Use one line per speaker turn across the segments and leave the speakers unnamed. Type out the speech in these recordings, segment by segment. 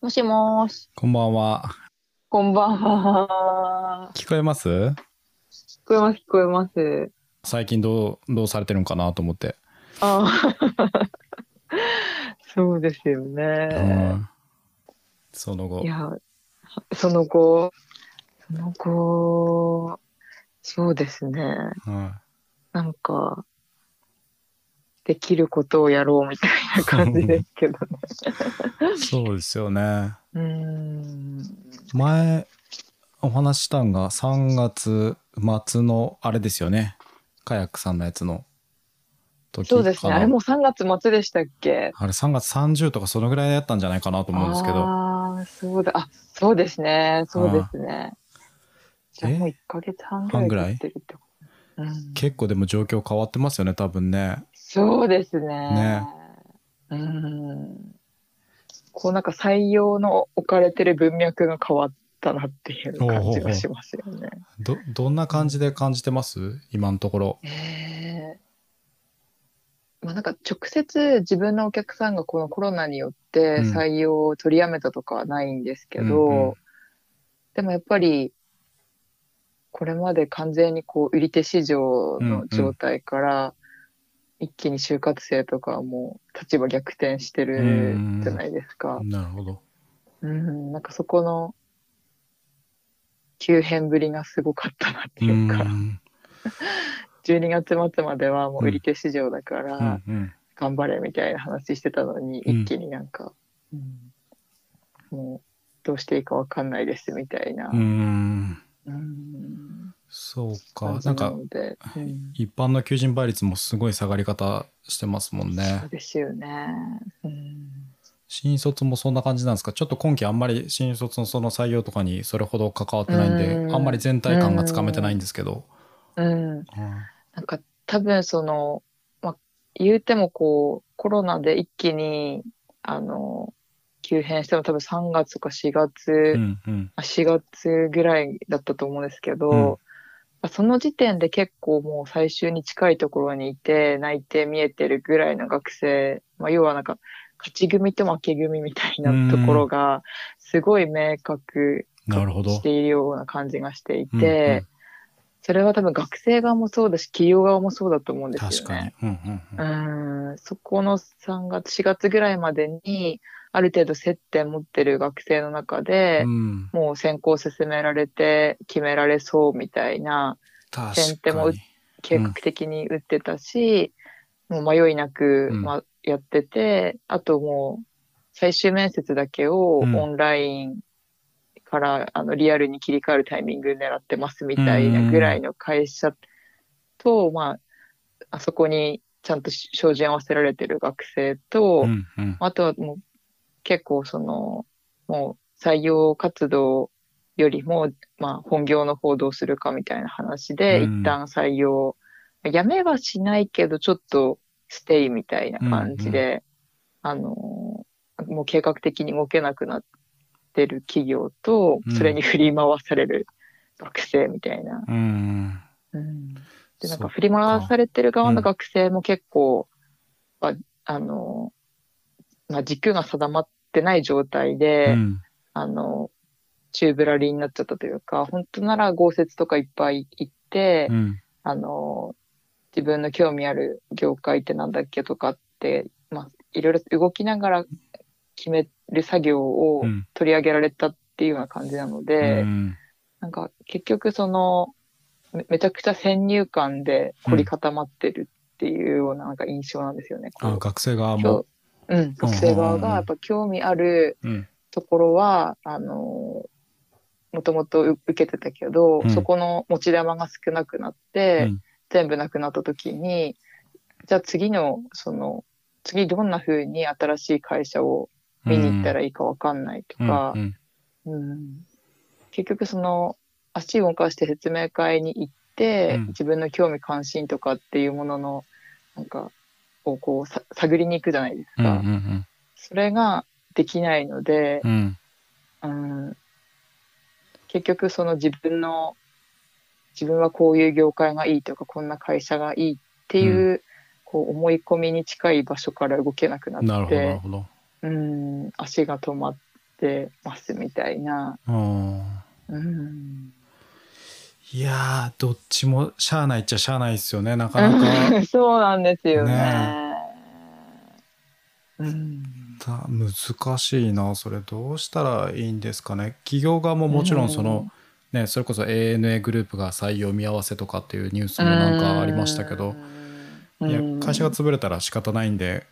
もしもーし、
こんばんは。
こんばんは。
聞こえます
聞こえます、聞こえます。
最近どう、どうされてるのかなと思って。
ああ。 そうですよ
う
ね。
んその後
い。や、その後、その後、そうですね。
うん
なんか、できることをやろうみたいな感じです けどね。
そうですよね。
うーん。
前、お話ししたんが3月末のあれですよね。カヤックさんのやつの時か
そ
な
うですね。あれも3月末でしたっけ
あれ3月30とかそのぐらいだったんじゃないかなと思うんですけど。
ああ、そうだ。あ、そうですね。そうですね。じゃあもう
え
1ヶ月半ぐらい経ってるってこと。うん、
結構でも状況変わってますよね、多分ね。
そうですね。
ね
うん。こうなんか採用の置かれてる文脈が変わったなっていう感じがしますよね。
ど、どんな感じで感じてます今のところ。
ええまあなんか直接自分のお客さんがこのコロナによって
うん
採用を取りやめたとかはないんですけど、
うんうん
でもやっぱりこれまで完全にこう売り手市場の状態から一気に就活生とかはもう立場逆転してるじゃないですか。
なるほど。
うん、なんかそこの急変ぶりがすごかったなっていうか、
ん
12月末まではもう売り手市場だか
う
ら
んうん
頑張れみたいな話してたのに、
うん
一気になんか、うんもうどうしていいかわかんないですみたいな、
うーん
うん
そう
感
か。
じ
な
なん
か、
ので、うん
一般の求人倍率もすごい下がり方してますもん
そ
ね
う。ですよね、うん、
新卒もそんな感じなんですかちょっと今期あんまり新卒のその採用とかにそれほど関わってないんで、
うん
あんまり全体感がつかめてないんですけど。
うん、
うん
なんか多分その、まあ、言うてもこうコロナで一気にあの急変しても多分3月とか4月、
うんうん
まあ4月ぐらいだったと思うんですけど、その時点で結構もう最終に近いところにいて泣いて見えてるぐらいの学生、まあ、要はなんか勝ち組と負け組みたいなところがすごい明確
なるほ
し
ど
て。いるような感じがしていて、
うんうん
それは多分学生側もそうだし企業側もそうだと思うんですよね。
確かに。うんうん
う
うん
んそこの3月4月ぐらいまでにある程度接点持ってる学生の中で、
うん、
もう選考進められて決められそうみたいな
確
先手
か
も
に。
計画的に打ってたし、もう迷いなく、
うん
ま、やっててあともう最終面接だけを
うん
オンラインから、あのリアルに切り替えるタイミング狙ってますみたいなぐらいの会社と、まあ、あそこにちゃんと照準合わせられてる学生と、
うんうん
あとはもう結構そのもう採用活動よりも、まあ、本業の報道するかみたいな話で、
うん
一旦採用やめはしないけどちょっとステイみたいな感じで、あのーもう計画的に動けなくなってる企業と
うん
それに振り回される学生みたいな。
うん。
うんでなん
そう
か振り回されてる側
うん
の学生も結構、ああの、まあ、軸が定まってない状態で、
うん
あの宙ぶらりんになっちゃったというか本当なら豪雪とかいっぱい行って、
うん
あの自分の興味ある業界ってなんだっけとかって、まあ、いろいろ動きながら決める作業を
うん
取り上げられたっていうような感じなので。
うん
なんか結局そのめめちゃくちゃ先入観で凝り固まってるっていうようななんか印象なんですよね。こう
あ学生側
きょ
も
う。うん、学生側がやっぱ興味ある
うん
ところはあのもともと受けてたけど、
うん
そこの持ち玉が少なくなって、
うん
全部なくなった時にじゃあ次のその次どんな風に新しい会社を見に行ったらいいかわかんないと
う
か、
んうん
うん結局その足を動かして説明会に行って、
うん
自分の興味関心とかっていうもののなんかをこうさ探りに行くじゃないです
うんう
か、
ん
それができないので
う、ん
うん、結局その自分の自分はこういう業界がいいとかこんな会社がいいっていう,、こう思い込みに近い場所から動けなくな
うんなる
っ
ほどなる
て
ほど。
うん足が止まっしてますみたいな。
うん
うん、
いやーどっちもしゃあないっちゃしゃあないですよねなかなか
そうなんですよね。
ね
うん、
た難しいなそれどうしたらいいんですかね企業側ももちろんその、ね、それこそ ANA グループが採用見合わせとかっていうニュースもなんかありましたけど、
うん、
いや会社が潰れたら仕方ないんで、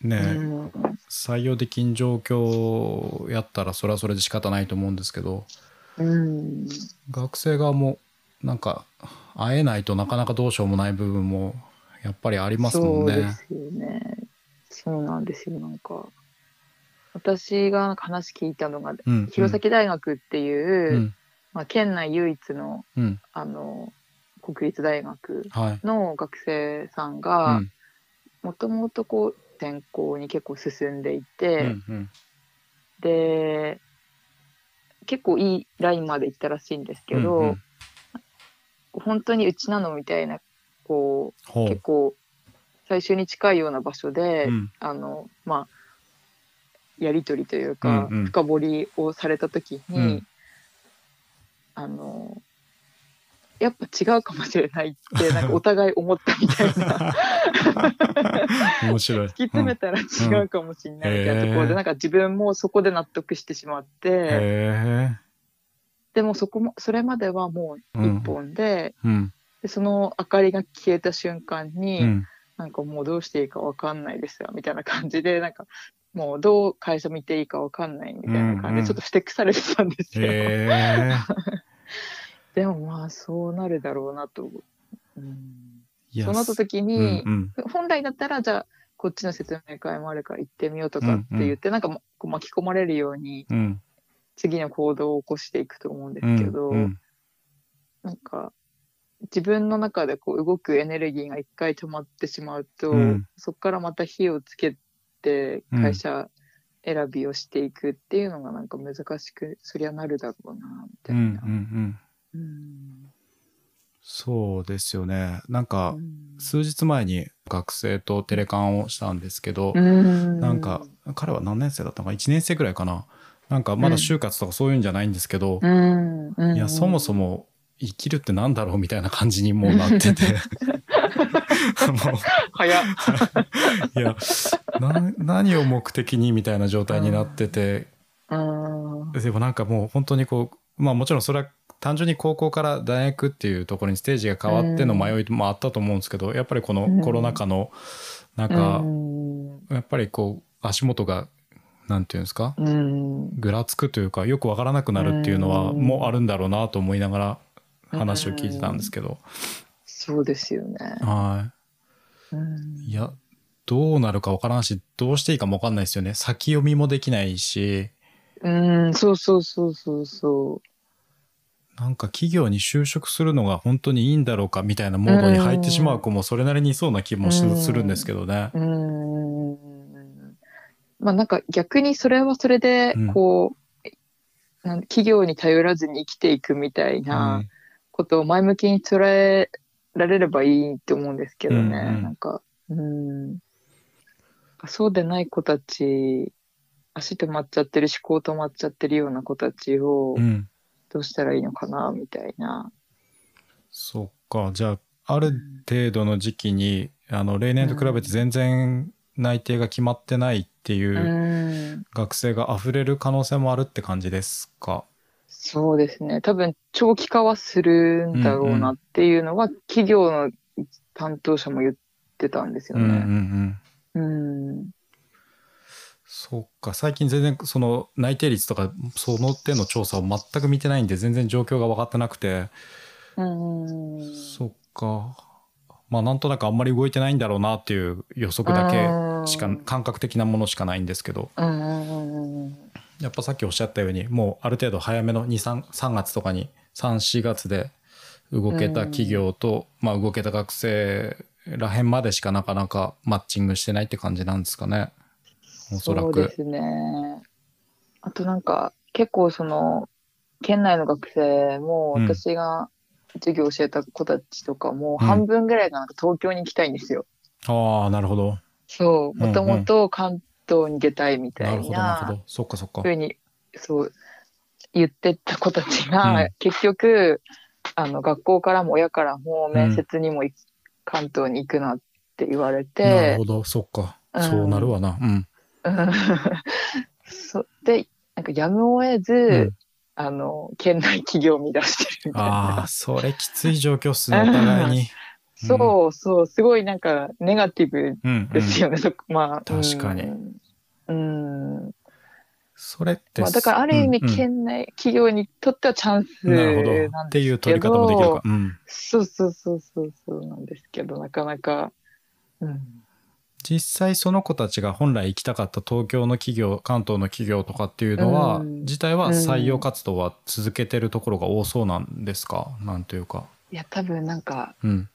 ね
うん
採用できん状況やったらそれはそれで仕方ないと思うんですけど
うん
学生側もなんか会えないとなかなかどうしようもない部分もやっぱりありますも
そ
ん
うで
ね。
すよね。そうなんですよ。なんか、私がなんか話聞いたのが、
うん
弘前大学っていう、
うん
まあ、県内唯一の
うん
あの国立大学
はい
の学生さん
う
が
ん
もともとこう転校に結構進んでいうて、
んうん
で結構いいラインまで行ったらしいんですけど、
うんうん
本当にうちなのみたいなこ
ほ
う
う
結構最終に近いような場所で、
うん
あのまあやり取りというか、
うんうん
深掘りをされた時に、
うん
あのやっぱ違うかもしれないってなんかお互い思ったみたい な
面白い。
突き詰めたら違うかもしれないみたいなところで、
へー
なんか自分もそこで納得してしまって、
うんへ
でもそこもそれまではもう一本で,、
えうん
でその明かりが消えた瞬間に、
うん
なんかもうどうしていいかわかんないですよみたいな感じでなんかもうどう会社見ていいかわかんないみたいな感
うん
じで
うん
ちょっとふてくされてたんですよ、
へえ
でもまあそうなるだろうなと、うん、
いや
そうなった時に、
うん
本来だったらじゃあこっちの説明会もあるから行ってみようとかって言って、なんかもこう巻き込まれるように
うんうん
次の行動を起こしていくと思うんで
うん
すけど、
うん
なんか自分の中でこう動くエネルギーが一回止まってしまうと、
うん
そこからまた火をつけて
うん
会社選びをしていくっていうのがなんか難しくそりゃなるだろうなみた
う
い
んう
な。
ん
うん
そうですよねなん
う
か
ん
数日前に学生とテレカンをしたんですけど、
うん
なんか彼は何年生だったのか1年生ぐらいかななんかまだ就活とかそういうんじゃないんですけど、
うんうん
いやそもそも生きるってなんだろうみたいな感じにもうなってても
早っ
ういやな何を目的にみたいな状態になってて、
うん
でもなんかもう本当にこうまあもちろんそれは単純に高校から大学っていうところにステージが変わっての迷いもあったと思うんですけど、やっぱりこのコロナ禍のなんか、
うん
やっぱりこう足元がなんていうんですか
うん
ぐらつくというかよくわからなくなるっていうのは
うん
もうあるんだろうなと思いながら話を聞いてたんですけど、
そうですよね。
は
うん
いいやどうなるかわからんしどうしていいかもわかんないですよね先読みもできないし
うん、そうそうそうそうそ
なんか企業に就職するのが本当にいいんだろうかみたいなモードに入ってしまう子もそれなりにいそうな気もし
うん
するんですけどね
う。。うん。まあなんか逆にそれはそれで
うん、
こう、なん企業に頼らずに生きていくみたいなことを前向きに捉えられればいいと思うんですけどね。
うんうん
なんか、うん。そうでない子たち、足止まっちゃってる、思考止まっちゃってるような子たちを
うんうん
どうしたらいいのかな、みたいな。。
そっかじゃあある程度の時期にあの例年と比べて全然内定が決まってないっていううん学生が溢れる可能性もあるって感じですか。
そうですね。多分、長期化はするんだろうなっていうのは、企業の担当者も言ってたんですよ
うんうんう
ね。
ん。
うん。
そっか最近全然その内定率とかその手の調査を全く見てないんで全然状況が分かってなくて、
うん。
そっかまあなんとなくあんまり動いてないんだろうなっていう予測だけしか
うん
感覚的なものしかないんですけど
うんうんうん
やっぱさっきおっしゃったようにもうある程度早めの23月とかに34月で動けた企業と、まあ、動けた学生らへんまでしかなかなかマッチングしてないって感じなんですかね。おそら
そう
く
ですね。あとなんか、結構その、県内の学生も、
うん
私が授業を教えた子たちとかも、
うん
半分ぐらいがなんか東京に行きたいんですよ。
ああなるほど
そう。
うんうん
もともと関東に出たいみた
ないるほどなるほどそっかそっか
ふうにそう言ってった子たち
う
が
ん
結局、あの学校からも親からも
ん
面接にもい関東に行くなって言われ
なる
て
ほ、ど、そっか。
うん
そうなるわな。うん。
うん、 そでなんかやむを得ず、
うん
あの県内企業を見出してるみたい
あ
な
あ、それきつい状況っ すね、お互いに。
そうそうすごいなんかネガティブ
うん、う
で
ん。
すよね、そこまあ
確かに
うん、うん
それって、
まあ、だからある意味
うんうん
県内企業にとってはチャンス
なるほど。
な
っ
ん
て
で
いう
す
取
け
り方もできるか
ど。
うん。
そうそうそうそうそうなんですけどなかなか、うん、
実際その子たちが本来行きたかった東京の企業関東の企業とかっていうのは、
うん
自体は採用活動は続けてるところが多そうなんですか、なんというか、
いや多分なんか
うん、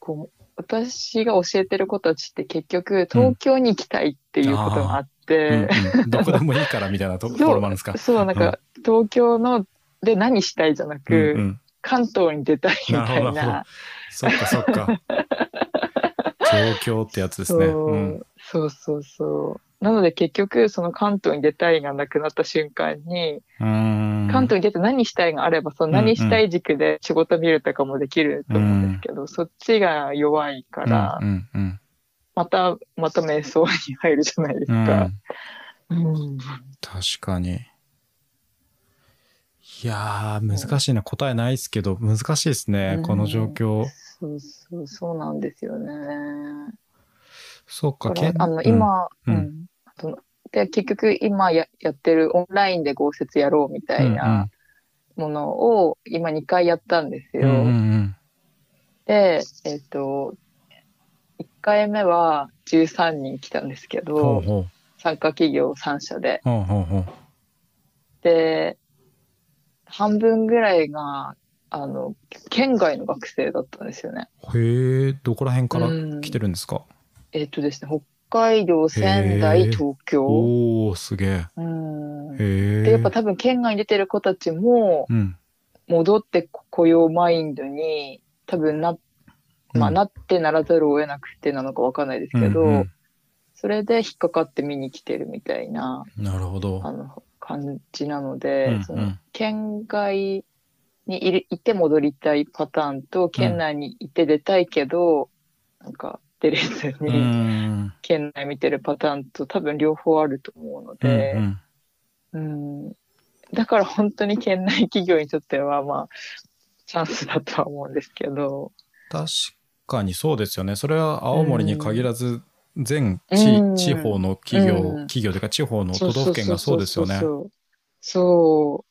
こう私が教えてる子たちって結局東京に行きたいっていうこともあって、
うんうんどこでもいいからみたいなと
そう
ところもあるん ですか
そうなんか東京ので何したいじゃなく、
うんうん、
関東に出たいみたいな
なるほどなるほそっかそっ か状況ってやつです
そう
ね、うん、
そうそうそうなので結局その関東に出たいがなくなった瞬間に、
うーん
関東に出て何したいがあればその何したい軸で仕事見るとかもできると思うんですけど、そっちが弱いから、
うんうんうん
またまた瞑想に入るじゃないです
うん
か。うん
確かにいやー難しいな答えないですけど難しいですね、
うん
この状況
そうそうそうなんですよね。
そっか
だから
けん
あの
うん
今、
うん
うんそので結局今ややってるオンラインで合説やろうみたいなものを今2回やったんですよ。
うんうんうん
で、えっ、と、1回目は13人来たんですけ
ほ
ど
う、ほ
参加企業3社で。
うほうほうほう
で、半分ぐらいが、あの、県外の学生だったんですよね。
へえ、どこら辺から
うん
来てるんですか、
えっ、とですね、北海道、仙
へ
台、
ー
東京。
おおすげえ。へ
うん。
え。
で、やっぱ多分県外に出てる子たちも、
うん。
戻ってこようマインドに、多分な、まあ、
うん
なってならざるを得なくてなのかわかんないですけど、
うんうん
それで引っかかって見に来てるみたいな
なるほど
あ。の感じなので、
うんうん
その県外にいるいて戻りたいパターンと県内にいて出たいけど、なんか出れず
う
に
ん。
県内見てるパターンと多分両方あると思うの
うんう
で、
ん
うんだから本当に県内企業にとってはまあチャンスだとは思うんですけど。
確かにそうですよね。それは青森に限らず、全地,、
うん
地方の企業、
うん
企業というか地方の都道府県がそうですよね。
そうそうそうそうそう